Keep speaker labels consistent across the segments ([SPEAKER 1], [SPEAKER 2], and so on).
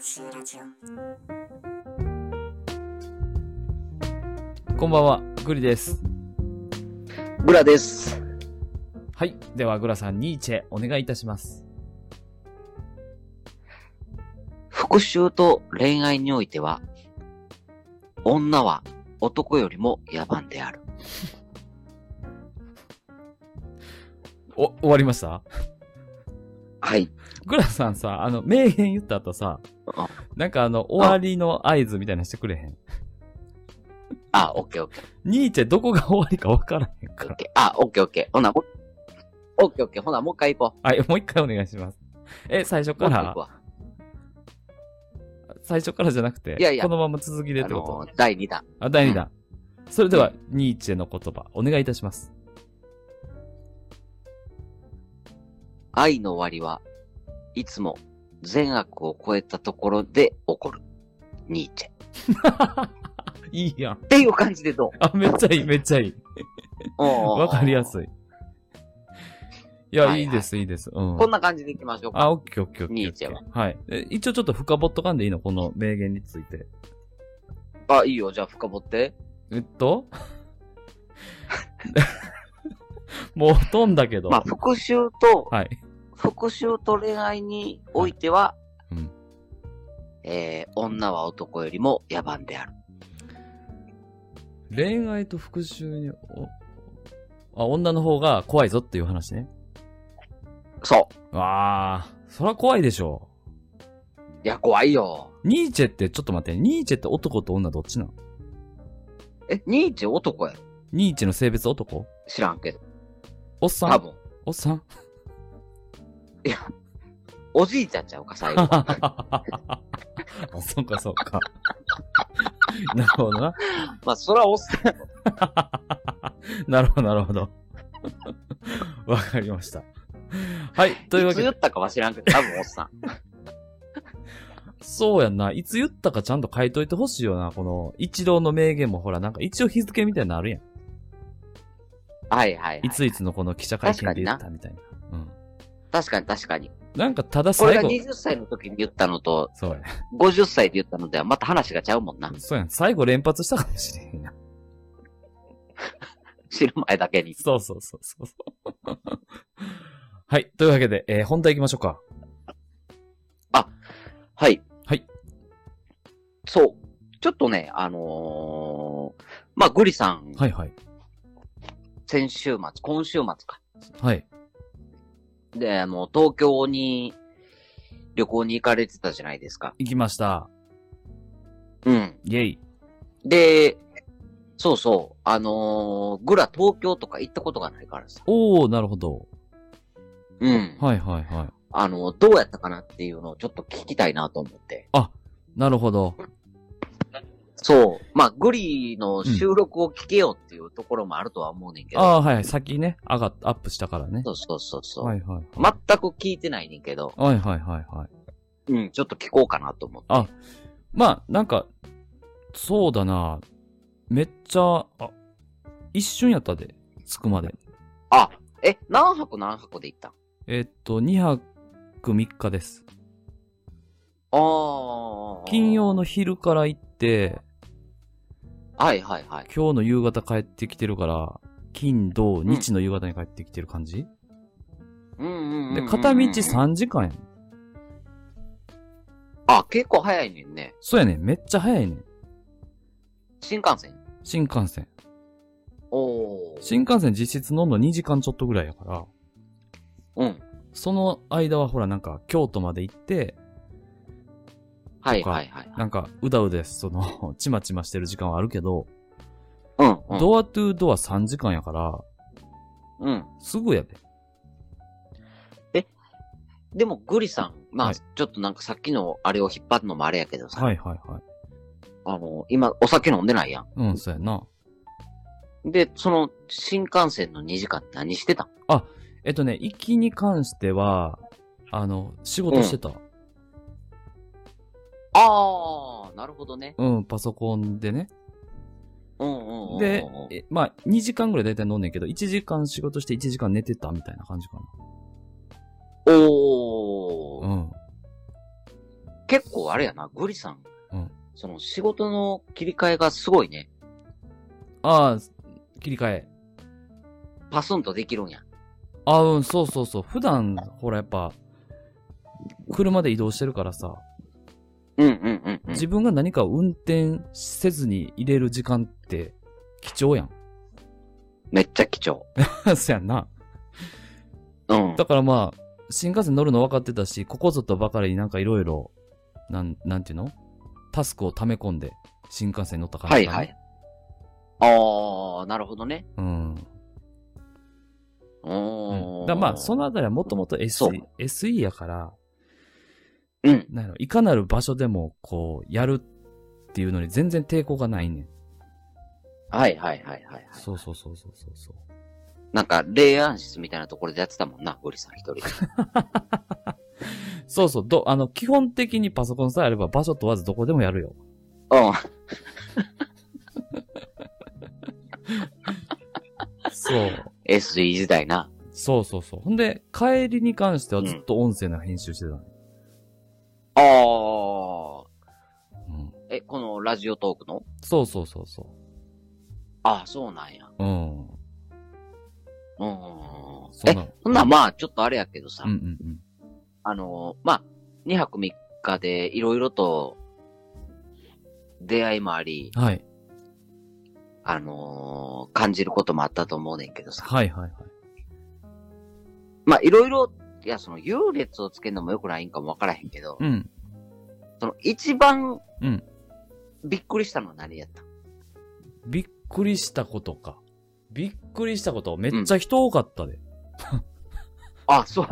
[SPEAKER 1] シーラジオ
[SPEAKER 2] こんばんは、グリです。
[SPEAKER 3] ブラです。
[SPEAKER 2] はい。では、グラさん、ニーチェ、お願いいたします。
[SPEAKER 3] 復讐と恋愛においては、女は男よりも野蛮である。
[SPEAKER 2] お、終わりました
[SPEAKER 3] はい。
[SPEAKER 2] グラさんさ、あの、名言言った後さ
[SPEAKER 3] あ、
[SPEAKER 2] なんかあの、終わりの合図みたいなのしてくれへん。
[SPEAKER 3] あ、オッケーオッケー
[SPEAKER 2] ニーチェ、どこが終わりかわからへん
[SPEAKER 3] オ
[SPEAKER 2] か
[SPEAKER 3] ッ
[SPEAKER 2] ら。
[SPEAKER 3] ケー。あ、オッケーオッケー。ほな、もオッケーオッケー。ほな、もう一回行こ
[SPEAKER 2] はい、もう一回お願いします。え、最初
[SPEAKER 3] う。も
[SPEAKER 2] か
[SPEAKER 3] う一回行
[SPEAKER 2] ら
[SPEAKER 3] く、わ。
[SPEAKER 2] 最初からじゃなくて、
[SPEAKER 3] いやいや
[SPEAKER 2] このまま続きでっ
[SPEAKER 3] あ
[SPEAKER 2] てこと、
[SPEAKER 3] の、第2弾。
[SPEAKER 2] あ、第2弾。それでは、ニーチェの言葉、お願いいたします。
[SPEAKER 3] 愛の終わりはいつも善悪を超えたところで起こる。ニーチェ。っ
[SPEAKER 2] いいやん。
[SPEAKER 3] ていう感じでどう
[SPEAKER 2] あ、めっちゃいい、めっちゃいい。わ
[SPEAKER 3] わ
[SPEAKER 2] かりや
[SPEAKER 3] い。
[SPEAKER 2] すい。いや、、
[SPEAKER 3] はいはいい
[SPEAKER 2] いです、いいです。うん。
[SPEAKER 3] こんな感じでいきましょうか。
[SPEAKER 2] あ、オッケーオッケーオッケー。
[SPEAKER 3] ニーチェは。
[SPEAKER 2] はい。え一応ちょっと深掘っとかんでいいのこの名言について。
[SPEAKER 3] あ、いいよ。じゃあ深掘って。
[SPEAKER 2] えっと もう飛んだけど。
[SPEAKER 3] まあ、復讐と
[SPEAKER 2] はい。
[SPEAKER 3] 復讐と恋愛においては、
[SPEAKER 2] はいうん
[SPEAKER 3] えー女は男よりも野蛮である。
[SPEAKER 2] 恋愛と復讐に、お、あ、女の方が怖いぞっていう話ね。
[SPEAKER 3] そ
[SPEAKER 2] わあ、そら怖いでしょ
[SPEAKER 3] う。いや、怖いよ。
[SPEAKER 2] ニーチェって、ちょっと待って、ニーチェって男と女どっちなの
[SPEAKER 3] え、ニーチェ男や。
[SPEAKER 2] ニーチェの性別男
[SPEAKER 3] 知らんけど。
[SPEAKER 2] おっさ
[SPEAKER 3] 多
[SPEAKER 2] ん
[SPEAKER 3] 分。
[SPEAKER 2] おっさん
[SPEAKER 3] おじいちゃんちゃうか、最後。
[SPEAKER 2] あ、そうかそうか。なるほどな。
[SPEAKER 3] まあ、そらおっさん。
[SPEAKER 2] なるほど、なるほど。 わかりました。はい、というわ
[SPEAKER 3] い
[SPEAKER 2] け
[SPEAKER 3] つ言
[SPEAKER 2] で、
[SPEAKER 3] ったかは知らんけど、多分おっさん。
[SPEAKER 2] そうやんな。いつ言ったかちゃんと書いといてほしいよな。この、一郎の名言もほら、なんか一応日付みたいなのあるやん。
[SPEAKER 3] はいはい、はい。
[SPEAKER 2] いついつのこの記者会見で言ったみたいな。うん。
[SPEAKER 3] 確かに確かに。
[SPEAKER 2] なんか、ただ
[SPEAKER 3] これ
[SPEAKER 2] 最
[SPEAKER 3] が
[SPEAKER 2] 後、
[SPEAKER 3] 20歳の時に言ったのと、
[SPEAKER 2] そうや。
[SPEAKER 3] 50歳で言ったのではまた話がちゃうもんな。
[SPEAKER 2] そうやん。最後連発したかもしれへんやん。
[SPEAKER 3] 知る前だけに。
[SPEAKER 2] そうそうそうそうそう。はい。というわけで、えー、本題行きましょうか。
[SPEAKER 3] はい。
[SPEAKER 2] はい。
[SPEAKER 3] そう。ちょっとね、あのーまあ、グリさん、
[SPEAKER 2] はいはい。
[SPEAKER 3] 先週末、今週末か。
[SPEAKER 2] はい。
[SPEAKER 3] で、あの、東京に旅行に行かれてたじゃないですか。
[SPEAKER 2] 行きました。
[SPEAKER 3] うん。
[SPEAKER 2] イェイ。
[SPEAKER 3] で、そうそう、あのーグラ東京とか行ったことがないからさ。
[SPEAKER 2] おー、なるほど。
[SPEAKER 3] うん。
[SPEAKER 2] はいはいはい。
[SPEAKER 3] あの、どうやったかなっていうのをちょっと聞きたいなと思って。
[SPEAKER 2] なるほど。
[SPEAKER 3] そう。まあ、グリの収録を聞けよっていうところもあるとは思うねんけど。
[SPEAKER 2] ああー、はいはい。先ね、上がっ、アップしたからね。
[SPEAKER 3] そうそうそうそう。
[SPEAKER 2] はいはい。
[SPEAKER 3] 全く聞いてないねんけど、
[SPEAKER 2] はいはいはいはい。
[SPEAKER 3] うん、ちょっと聞こうかなと思って。
[SPEAKER 2] あまあ、なんか、そうだな。めっちゃ、あ、一瞬やったで。着くまで。
[SPEAKER 3] あ、え、何泊何泊で行ったん
[SPEAKER 2] えっと、2泊3日です。
[SPEAKER 3] ああ。
[SPEAKER 2] 金曜の。昼から行って、
[SPEAKER 3] はいはいはい。
[SPEAKER 2] 今日の夕方帰ってきてるから、金、土、日の夕方に帰ってきてる感じ、
[SPEAKER 3] うんうんうんうんうん
[SPEAKER 2] で、片道。3時間やん。
[SPEAKER 3] あ、結構早いねんね。
[SPEAKER 2] そうやねん。めっちゃ早いねん。
[SPEAKER 3] 新幹線。
[SPEAKER 2] 新幹線。
[SPEAKER 3] おお。
[SPEAKER 2] 新幹線実質乗んの2時間ちょっとぐらいやから。
[SPEAKER 3] うん。
[SPEAKER 2] その間はほらなんか京都まで行って、
[SPEAKER 3] はいはいはい。
[SPEAKER 2] なんかうだうだその、 ちまちましてる時間はあるけど、
[SPEAKER 3] うん、うん。
[SPEAKER 2] ドアトゥドア3時間やから、
[SPEAKER 3] うん。
[SPEAKER 2] すぐやで。
[SPEAKER 3] でも、グリさん、まあ、
[SPEAKER 2] はい
[SPEAKER 3] ちょっとなんかさっきのあれを引っ張るのもあれやけどさ、
[SPEAKER 2] はいはいはい。
[SPEAKER 3] あの、今、お酒飲んでないや
[SPEAKER 2] うん、そうやな。
[SPEAKER 3] ん。で、その、新幹線の2時間って何してたん
[SPEAKER 2] えっとね、行きに関しては、あの、仕事してた。
[SPEAKER 3] あー、なるほどね。
[SPEAKER 2] うん、パソコンでね。
[SPEAKER 3] うんうんうんうん。
[SPEAKER 2] で、えまあ、2時間ぐらいだいたい飲んねんけど、1時間仕事して1時間寝てたみたいな感じか
[SPEAKER 3] お
[SPEAKER 2] な。
[SPEAKER 3] ー。
[SPEAKER 2] うん。
[SPEAKER 3] 結構あれやな、グリさん。
[SPEAKER 2] うん
[SPEAKER 3] その仕事の切り替えがすごいね。
[SPEAKER 2] ああ、切り替え。
[SPEAKER 3] パスンとできるんや。
[SPEAKER 2] あうん、そうそうそう。普段、ほら、やっぱ、車で移動してるからさ、
[SPEAKER 3] うんうんうん、うん。
[SPEAKER 2] 自分が何かを運転せずに入れる時間って貴重や
[SPEAKER 3] めっちゃ貴重。
[SPEAKER 2] ん。そやんな。
[SPEAKER 3] うん。
[SPEAKER 2] だからまあ、新幹線乗るの分かってたし、ここぞとばかりになんかいろいろ、なん、なんていうのタスクを溜め込んで、新幹線に乗った感
[SPEAKER 3] は
[SPEAKER 2] じ
[SPEAKER 3] い
[SPEAKER 2] かな。
[SPEAKER 3] はい。ああ、なるほどね。
[SPEAKER 2] うん。
[SPEAKER 3] おー
[SPEAKER 2] だからまあ、そのあたりはもともと
[SPEAKER 3] そう
[SPEAKER 2] SE、SE やから、
[SPEAKER 3] うん。
[SPEAKER 2] なんやろいかなる場所でも、こう、やるっていうのに全然抵抗がないねん。
[SPEAKER 3] はいはいはいはいはい。
[SPEAKER 2] そうそうそうそうそう そう。
[SPEAKER 3] なんか、霊安室みたいなところでやってたもんな、ゴリさん一 人で。
[SPEAKER 2] そうそう、ど、あの、基本的にパソコンさえあれば場所問わずどこでもやる よ。
[SPEAKER 3] うん。
[SPEAKER 2] そう。
[SPEAKER 3] SE 時代な。
[SPEAKER 2] そうそうそう。ほんで、帰りに関してはずっと音声の編集してたね。
[SPEAKER 3] ああ。
[SPEAKER 2] うん。
[SPEAKER 3] え、このラジオトークの
[SPEAKER 2] そうそうそうそ
[SPEAKER 3] ああ、そうなんや。
[SPEAKER 2] う。うん。
[SPEAKER 3] うんうんうん。
[SPEAKER 2] そん
[SPEAKER 3] え、
[SPEAKER 2] な。
[SPEAKER 3] そんなんまあ、ちょっとあれやけどさ、
[SPEAKER 2] うんうんうん。
[SPEAKER 3] あのーまあ、2泊3日でいろいろと出会いもあり、
[SPEAKER 2] はい。
[SPEAKER 3] あのー感じることもあったと思うねんけどさ、
[SPEAKER 2] はいはいはい。
[SPEAKER 3] まあ、いろいろ、いや、その優劣をつけるのも良くないんかもわからへんけど、
[SPEAKER 2] うん。
[SPEAKER 3] その一番、
[SPEAKER 2] うん
[SPEAKER 3] びっくりしたのは何やった
[SPEAKER 2] びっくりしたことか。びっくりしたこと。めっちゃ人多かったで。
[SPEAKER 3] あ、そう。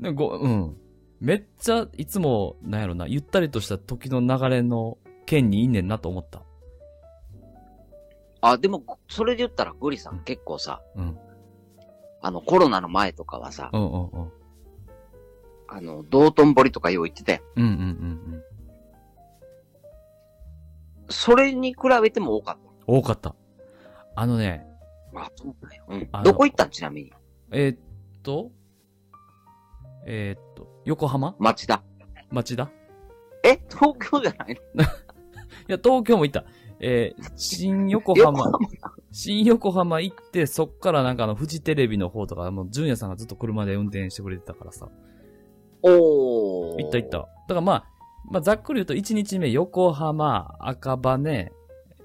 [SPEAKER 2] でご、うん。めっちゃ、いつも、なんやろな、ゆったりとした時の流れの件にいんねんなと思った。
[SPEAKER 3] あ、でも、それで言ったらグリさん結構さ、
[SPEAKER 2] うん。
[SPEAKER 3] あの、コロナの前とかはさ、
[SPEAKER 2] うんうんうん。
[SPEAKER 3] あの、道頓堀とかよう言ってたやん。
[SPEAKER 2] うんうんうんうん。
[SPEAKER 3] それに比べても多かっ
[SPEAKER 2] 多かった。あのね、
[SPEAKER 3] た。あ、そうなんや。うん
[SPEAKER 2] あ。の
[SPEAKER 3] どこ行ったんちなみに。
[SPEAKER 2] えーっと、えーっと、横浜
[SPEAKER 3] 町田。
[SPEAKER 2] 町田
[SPEAKER 3] え東京じゃないの
[SPEAKER 2] いや、東京も行った。えー新横
[SPEAKER 3] 横
[SPEAKER 2] 浜
[SPEAKER 3] 浜、。
[SPEAKER 2] 新横浜行って、そっからなんかあの、フジテレビの方とか、もう、純也さんがずっと車で運転してくれてたからさ。
[SPEAKER 3] おー。
[SPEAKER 2] 行った行った。だからまあ、まあ、ざっくり言うと、1日目、横浜、赤羽、え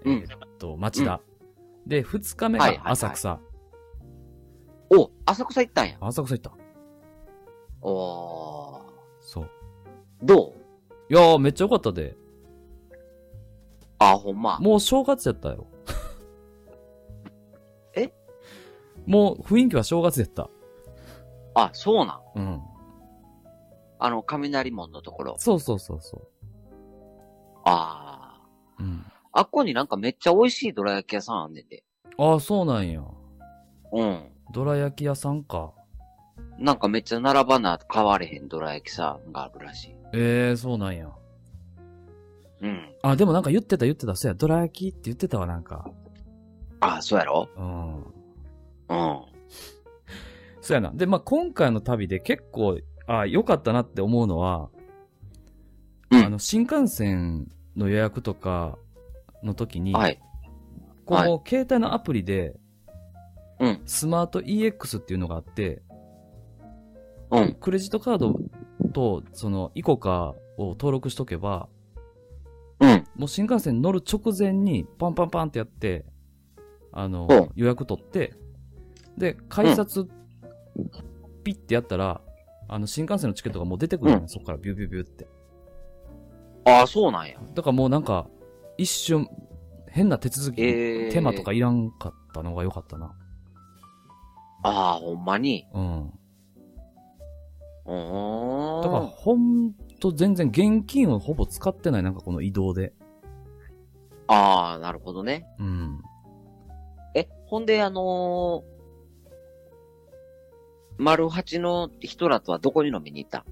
[SPEAKER 3] うん
[SPEAKER 2] ーっと、町田。で、2日目
[SPEAKER 3] はいはい
[SPEAKER 2] が
[SPEAKER 3] はい
[SPEAKER 2] 浅草。
[SPEAKER 3] お、浅草行ったんや。
[SPEAKER 2] 浅草行った。
[SPEAKER 3] おー。
[SPEAKER 2] そう。
[SPEAKER 3] どう
[SPEAKER 2] いやー、めっちゃ良かったで。
[SPEAKER 3] あ、ほんま。
[SPEAKER 2] もう正月やったよ。
[SPEAKER 3] え
[SPEAKER 2] もう雰囲気は正月やった。
[SPEAKER 3] あ、そうなん。
[SPEAKER 2] うん。
[SPEAKER 3] あの、雷門のところ。
[SPEAKER 2] そうそうそうそ
[SPEAKER 3] あー。
[SPEAKER 2] う。うん。
[SPEAKER 3] あっこになんかめっちゃ美味しいどら焼き屋さんあんねんで。
[SPEAKER 2] ああ、そうなんや。
[SPEAKER 3] うん。
[SPEAKER 2] どら焼き屋さんか。
[SPEAKER 3] なんかめっちゃ並ばな、変われへんどら焼きさんがあるらしい。
[SPEAKER 2] ええー、そうなんや。
[SPEAKER 3] うん。
[SPEAKER 2] あ、でもなんか言ってた言ってた。そうや、どら焼きって言ってたわ、なんか。
[SPEAKER 3] あ、そうやろ
[SPEAKER 2] うん。
[SPEAKER 3] うん。
[SPEAKER 2] そうやな。で、まあ、今回の旅で結構、あ良かったなって思うのは、
[SPEAKER 3] うん
[SPEAKER 2] あの、新幹線の予約とかの時に、
[SPEAKER 3] はい。
[SPEAKER 2] こ
[SPEAKER 3] は
[SPEAKER 2] の携帯のアプリで、
[SPEAKER 3] うん
[SPEAKER 2] スマート EX っていうのがあって、
[SPEAKER 3] うん。
[SPEAKER 2] クレジットカードと、その、イコカを登録しとけば、
[SPEAKER 3] うん。
[SPEAKER 2] もう新幹線乗る直前に、パンパンパンってやって、あの、
[SPEAKER 3] うん
[SPEAKER 2] 予約取って、で、改札、ピッてやったら、あの、新幹線のチケットがもう出てくるのよ、
[SPEAKER 3] う
[SPEAKER 2] そこからビュービュービューって。
[SPEAKER 3] あ、そうなんや。
[SPEAKER 2] だからもうなんか、一瞬、変な手続き、
[SPEAKER 3] ええー。
[SPEAKER 2] 手間とかいらんかったのが良かったな。
[SPEAKER 3] ああ、ほんまに。
[SPEAKER 2] うん。
[SPEAKER 3] うーん。
[SPEAKER 2] だから、ほんと全然現金をほぼ使ってない、なんかこの移動で。
[SPEAKER 3] ああ、なるほどね。
[SPEAKER 2] うん。
[SPEAKER 3] え、ほんで、あのー、丸八の人らとはどこに飲みに行った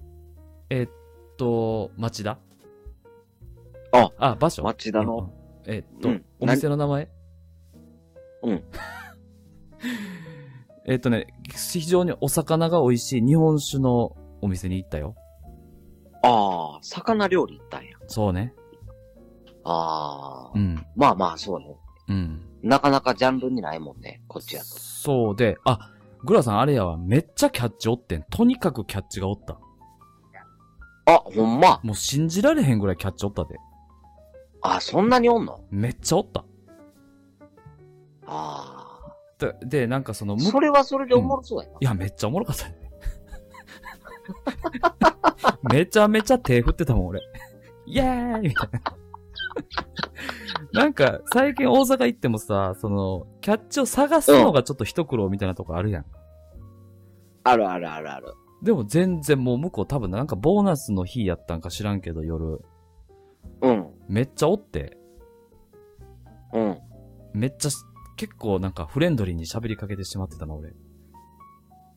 [SPEAKER 2] えっと、町田
[SPEAKER 3] あ、
[SPEAKER 2] あ、場所
[SPEAKER 3] 町田の。
[SPEAKER 2] うんえっと、
[SPEAKER 3] うん
[SPEAKER 2] お店の名前
[SPEAKER 3] うん。
[SPEAKER 2] えっとね、非常にお魚が美味しい日本酒のお店に行ったよ。
[SPEAKER 3] ああああ、魚料理行ったんや。
[SPEAKER 2] そうね。
[SPEAKER 3] ああ、
[SPEAKER 2] うん。
[SPEAKER 3] まあまあ、そうね。
[SPEAKER 2] うん。
[SPEAKER 3] なかなかジャンルにないもんね、こっちやと。
[SPEAKER 2] そうで、あ、グラさんあれやわ。めっちゃキャッチおってん。とにかくキャッチがおった。
[SPEAKER 3] あ、ほんま。
[SPEAKER 2] もう信じられへんぐらいキャッチおったで。
[SPEAKER 3] あ、そんなにおんの
[SPEAKER 2] めっちゃおった。
[SPEAKER 3] ああ。
[SPEAKER 2] で、でなんかその、む
[SPEAKER 3] それはそれでおもろそうやな。
[SPEAKER 2] いや、めっちゃおもろかったね。めちゃめちゃ手振ってたもん、俺。イエーイみたいな。なんか、最近大阪行ってもさ、その、キャッチを探すのがちょっと一苦労みたいなとこあるやん。
[SPEAKER 3] あるあるあるある。
[SPEAKER 2] でも全然もう向こう多分なんかボーナスの日やったんか知らんけど夜。
[SPEAKER 3] うん。
[SPEAKER 2] めっちゃおって、
[SPEAKER 3] うん。
[SPEAKER 2] めっちゃし結構なんかフレンドリーに喋りかけてしまってたな俺。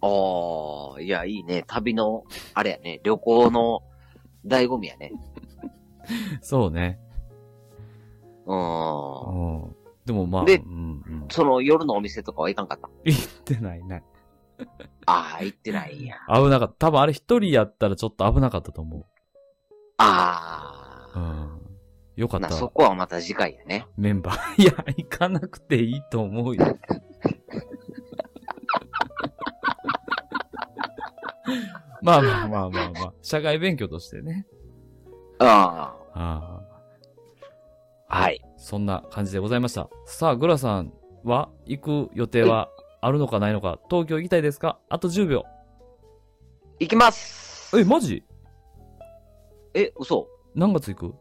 [SPEAKER 3] ああ、いや、いいね。旅の、あれやね、旅行の醍醐味やね。
[SPEAKER 2] そうね。
[SPEAKER 3] う。
[SPEAKER 2] うんん。でもまあ、
[SPEAKER 3] で
[SPEAKER 2] うんうん。
[SPEAKER 3] その夜のお店とかはいかんかった。
[SPEAKER 2] 行ってないね。
[SPEAKER 3] ああ、行ってないんや。
[SPEAKER 2] 危なかった。多分あれ一人やったらちょっと危なかったと思
[SPEAKER 3] あ
[SPEAKER 2] う。う
[SPEAKER 3] あ。
[SPEAKER 2] ん。よかっ
[SPEAKER 3] なそ
[SPEAKER 2] た。
[SPEAKER 3] こはまた次回やね。
[SPEAKER 2] メンバー。い や、行かなくていいと思うよ。 まあまあまあまあまあ。社外勉強としてね。
[SPEAKER 3] あ
[SPEAKER 2] あ
[SPEAKER 3] あ。はい
[SPEAKER 2] あ。。そんな感じでございました。さあ、グラさんは行く予定はあるのかないのか東京行きたいですかあと10秒。
[SPEAKER 3] 行きます
[SPEAKER 2] え、マジ
[SPEAKER 3] え、嘘
[SPEAKER 2] 何月行く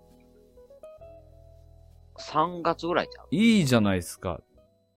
[SPEAKER 3] ?3 月ぐらいじゃん。
[SPEAKER 2] いいじゃないですか。